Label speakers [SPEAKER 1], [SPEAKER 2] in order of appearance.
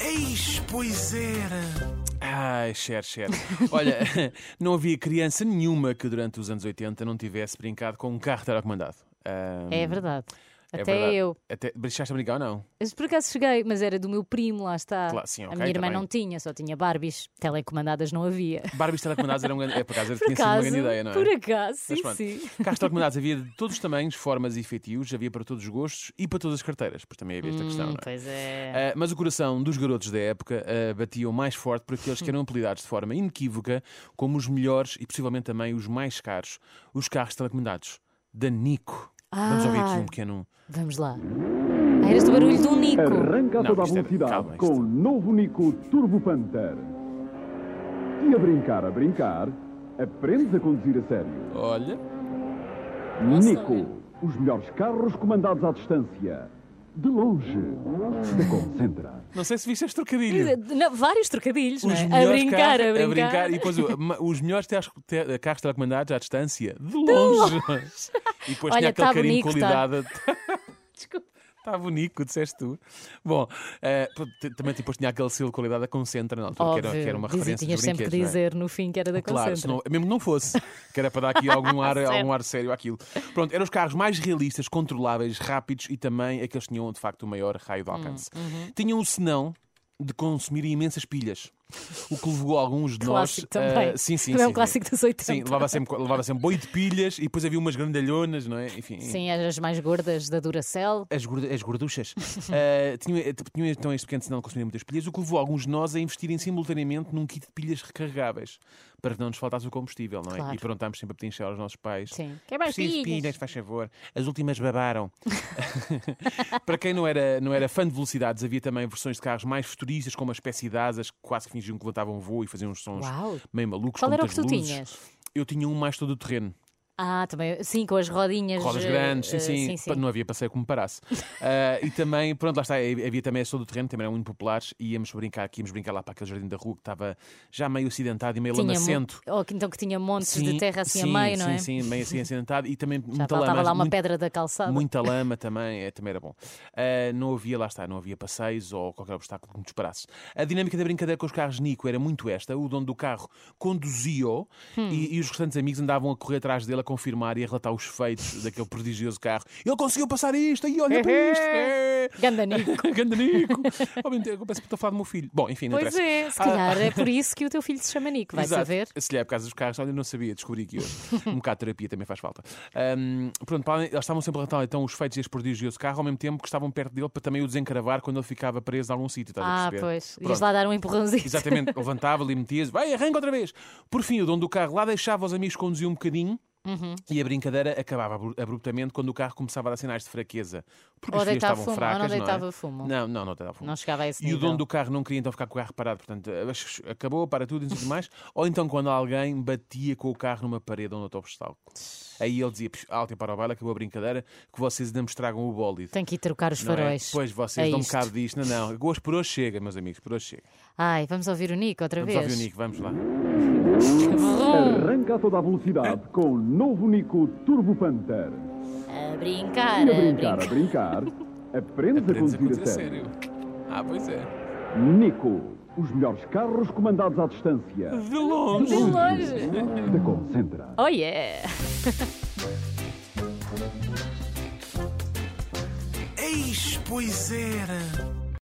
[SPEAKER 1] Eis, pois era. Ai, Cher, Cher. Olha, não havia criança nenhuma que durante os anos 80 não tivesse brincado com um carro telecomandado. Ahm,
[SPEAKER 2] É verdade.
[SPEAKER 1] é
[SPEAKER 2] Até
[SPEAKER 1] verdade.
[SPEAKER 2] eu.
[SPEAKER 1] Até, deixaste a brincar ou não?
[SPEAKER 2] Mas por acaso cheguei, mas era do meu primo, lá está.
[SPEAKER 1] Claro, sim, ok,
[SPEAKER 2] a minha irmã
[SPEAKER 1] tá bem.
[SPEAKER 2] não tinha, só tinha Barbies. Telecomandadas não havia.
[SPEAKER 1] Barbies telecomandados era um grande. É, por acaso,
[SPEAKER 2] Por
[SPEAKER 1] tinha sido uma
[SPEAKER 2] acaso,
[SPEAKER 1] grande ideia, não é?
[SPEAKER 2] por acaso,
[SPEAKER 1] Mas
[SPEAKER 2] sim,
[SPEAKER 1] pronto,
[SPEAKER 2] sim.
[SPEAKER 1] Carros telecomandados havia de todos os tamanhos, formas e feitios, havia para todos os gostos e para todas as carteiras, pois também havia esta questão,
[SPEAKER 2] Hum,
[SPEAKER 1] não é?
[SPEAKER 2] pois é.
[SPEAKER 1] Ah, mas o coração dos garotos da época ah, batiam mais forte por aqueles que eram apelidados de forma inequívoca como os melhores e possivelmente também os mais caros, os carros telecomandados da Nico. Vamos ouvir aqui
[SPEAKER 2] Ah.
[SPEAKER 1] um pequeno.
[SPEAKER 2] Vamos lá. Ah, era este barulho do Nico.
[SPEAKER 3] Arranca a
[SPEAKER 1] Não,
[SPEAKER 3] toda a
[SPEAKER 1] isto é-
[SPEAKER 3] velocidade
[SPEAKER 1] calma, isto-
[SPEAKER 3] com o novo Nico Turbo Panther. E a brincar, a brincar, aprendes a conduzir a sério.
[SPEAKER 1] Olha.
[SPEAKER 3] Nico, os melhores carros comandados à distância. De longe, se concentra.
[SPEAKER 1] Não sei se viste este trocadilho.
[SPEAKER 2] Não, vários trocadilhos, não é? A
[SPEAKER 1] melhores
[SPEAKER 2] brincar,
[SPEAKER 1] carros-
[SPEAKER 2] a brincar.
[SPEAKER 1] E depois o- ma- os melhores te- te- carros telecomandados à distância, de longe. E depois
[SPEAKER 2] Olha,
[SPEAKER 1] tinha aquele
[SPEAKER 2] tá
[SPEAKER 1] carinho de
[SPEAKER 2] bonito, tá.
[SPEAKER 1] qualidade.
[SPEAKER 2] Desculpa.
[SPEAKER 1] Está bonito, disseste tu. Bom, eh, pô, t- também depois tinha aquele selo de qualidade da Concentra, na altura, que
[SPEAKER 2] Óbvio.
[SPEAKER 1] era, que era uma
[SPEAKER 2] Dizia-
[SPEAKER 1] referência
[SPEAKER 2] Tinhas
[SPEAKER 1] dos
[SPEAKER 2] sempre que
[SPEAKER 1] brinquedos. não é?
[SPEAKER 2] dizer no fim que era da
[SPEAKER 1] Claro,
[SPEAKER 2] Concentra.
[SPEAKER 1] senão- mesmo que não fosse, que era para dar aqui algum ar, algum ar sério àquilo. Pronto, eram os carros mais realistas, controláveis, rápidos e também aqueles que tinham de facto o maior raio
[SPEAKER 2] Hum,
[SPEAKER 1] de alcance.
[SPEAKER 2] uhum.
[SPEAKER 1] Tinham o senão de consumir imensas pilhas, o que levou alguns de
[SPEAKER 2] Clássico
[SPEAKER 1] nós.
[SPEAKER 2] também.
[SPEAKER 1] ah, sim, sim,
[SPEAKER 2] Também é um
[SPEAKER 1] sim,
[SPEAKER 2] clássico
[SPEAKER 1] sim.
[SPEAKER 2] dos 80.
[SPEAKER 1] Sim, levava sempre, levava sempre boi de pilhas e depois havia umas grandalhonas, não é? Enfim.
[SPEAKER 2] Sim, as mais gordas da Duracell.
[SPEAKER 1] As, gordu as gorduchas. Ah, tinham, tinham então este pequeno sinal de consumir muitas pilhas, o que levou alguns de nós a investirem simultaneamente num kit de pilhas recarregáveis, para que não nos faltasse o combustível, não é?
[SPEAKER 2] Claro.
[SPEAKER 1] E perguntámos sempre a pedir aos nossos pais.
[SPEAKER 2] Sim. Quer mais
[SPEAKER 1] Preciso de
[SPEAKER 2] pilhas?
[SPEAKER 1] pilhas, faz favor. As últimas babaram. para quem não era, não era fã de velocidades, havia também versões de carros mais futuristas, com uma espécie de asas que quase que fingiam que levantavam voo e faziam uns sons
[SPEAKER 2] Uau.
[SPEAKER 1] meio malucos.
[SPEAKER 2] Qual
[SPEAKER 1] com
[SPEAKER 2] era o que
[SPEAKER 1] muitas
[SPEAKER 2] tu
[SPEAKER 1] luzes.
[SPEAKER 2] tinhas?
[SPEAKER 1] Eu tinha um mais todo o terreno.
[SPEAKER 2] Ah, também, sim, com as rodinhas.
[SPEAKER 1] Rodas
[SPEAKER 2] eh,
[SPEAKER 1] grandes, sim,
[SPEAKER 2] eh,
[SPEAKER 1] sim,
[SPEAKER 2] sim, sim.
[SPEAKER 1] Não havia passeio que me parasse. Ah, e também, pronto, lá está, eh, havia também a Sol do Terreno, também eram muito populares, e íamos brincar aqui, íamos brincar lá para aquele jardim da rua que estava já meio acidentado e meio
[SPEAKER 2] Tinha
[SPEAKER 1] lamacento.
[SPEAKER 2] mo- Ou que então que tinha montes de terra assim
[SPEAKER 1] sim,
[SPEAKER 2] a meio, não é?
[SPEAKER 1] Sim, sim, meio assim acidentado e também
[SPEAKER 2] Já
[SPEAKER 1] muita
[SPEAKER 2] faltava
[SPEAKER 1] lama.
[SPEAKER 2] lá uma
[SPEAKER 1] muito-
[SPEAKER 2] pedra da calçada.
[SPEAKER 1] Muita lama também, é, também era bom. Ah, não havia, lá está, não havia passeios ou qualquer obstáculo que nos parasse. A dinâmica da brincadeira com os carros Nico era muito esta: o dono do carro conduzia-o
[SPEAKER 2] Hum.
[SPEAKER 1] e, e os restantes amigos andavam a correr atrás dele a confirmar e a relatar os feitos daquele prodigioso carro. Ele conseguiu passar isto, e olha para isto! É.
[SPEAKER 2] Ganda Nico.
[SPEAKER 1] Grande Nico! Ao mesmo tempo, eu penso que estou a falar do meu filho. Bom, enfim, não
[SPEAKER 2] Pois
[SPEAKER 1] interessa.
[SPEAKER 2] é, se
[SPEAKER 1] Ah,
[SPEAKER 2] calhar é por isso que o teu filho se chama Nico, vai
[SPEAKER 1] Exato.
[SPEAKER 2] saber.
[SPEAKER 1] Se lhe é por causa dos carros, olha, eu não sabia, descobri aqui hoje. Um bocado de terapia também faz falta. Ahm, pronto, para além- eles estavam sempre a relatar então os feitos deste prodigioso carro, ao mesmo tempo que estavam perto dele para também o desencravar quando ele ficava preso a algum sítio. estás a
[SPEAKER 2] Ah,
[SPEAKER 1] perceber?
[SPEAKER 2] pois.
[SPEAKER 1] Pronto.
[SPEAKER 2] Ias lá dar um empurrãozinho.
[SPEAKER 1] Exatamente, levantava-lhe e metia-se, vai, arranca outra vez. Por fim, o dono do carro lá deixava os amigos conduzir um bocadinho.
[SPEAKER 2] Uhum.
[SPEAKER 1] E a brincadeira acabava abru- abruptamente quando o carro começava a dar sinais de fraqueza. Porque
[SPEAKER 2] Ou
[SPEAKER 1] as vias
[SPEAKER 2] deitava
[SPEAKER 1] estavam
[SPEAKER 2] fumo, ou não
[SPEAKER 1] fracas. não, é?
[SPEAKER 2] deitava fumo.
[SPEAKER 1] Não, não, não deitava fumo.
[SPEAKER 2] Não chegava a esse
[SPEAKER 1] E o
[SPEAKER 2] nível.
[SPEAKER 1] dono do carro não queria então ficar com o carro parado, portanto, eh, acabou, para tudo e não sei o que mais. Ou então quando alguém batia com o carro numa parede ou noutro obstáculo. Aí ele dizia, "Psh, alto e para o baile, acabou a brincadeira, que vocês ainda me estragam o bólide.
[SPEAKER 2] Tem que ir trocar os
[SPEAKER 1] Não é?
[SPEAKER 2] faróis.
[SPEAKER 1] Pois vocês
[SPEAKER 2] É
[SPEAKER 1] dão um
[SPEAKER 2] isto.
[SPEAKER 1] bocado disto. Não, não. Hoje por hoje chega, meus amigos, por hoje chega.
[SPEAKER 2] Ai, vamos ouvir o Nico outra
[SPEAKER 1] Vamos
[SPEAKER 2] vez.
[SPEAKER 1] ouvir o Nico, vamos lá.
[SPEAKER 2] Vrum.
[SPEAKER 3] Arranca a toda a velocidade com o novo Nico Turbo Panther.
[SPEAKER 2] A brincar,
[SPEAKER 3] E a
[SPEAKER 2] a
[SPEAKER 3] brincar,
[SPEAKER 2] brincar.
[SPEAKER 3] a brincar, aprendes a
[SPEAKER 1] Aprendes a
[SPEAKER 3] conduzir
[SPEAKER 1] conduzir
[SPEAKER 3] a
[SPEAKER 1] a
[SPEAKER 3] sério.
[SPEAKER 1] sério. Ah, pois é.
[SPEAKER 3] Nico, os melhores carros comandados à distância.
[SPEAKER 1] De longe.
[SPEAKER 2] De longe.
[SPEAKER 3] Se concentra.
[SPEAKER 2] Oh yeah!
[SPEAKER 1] Eis, pois era.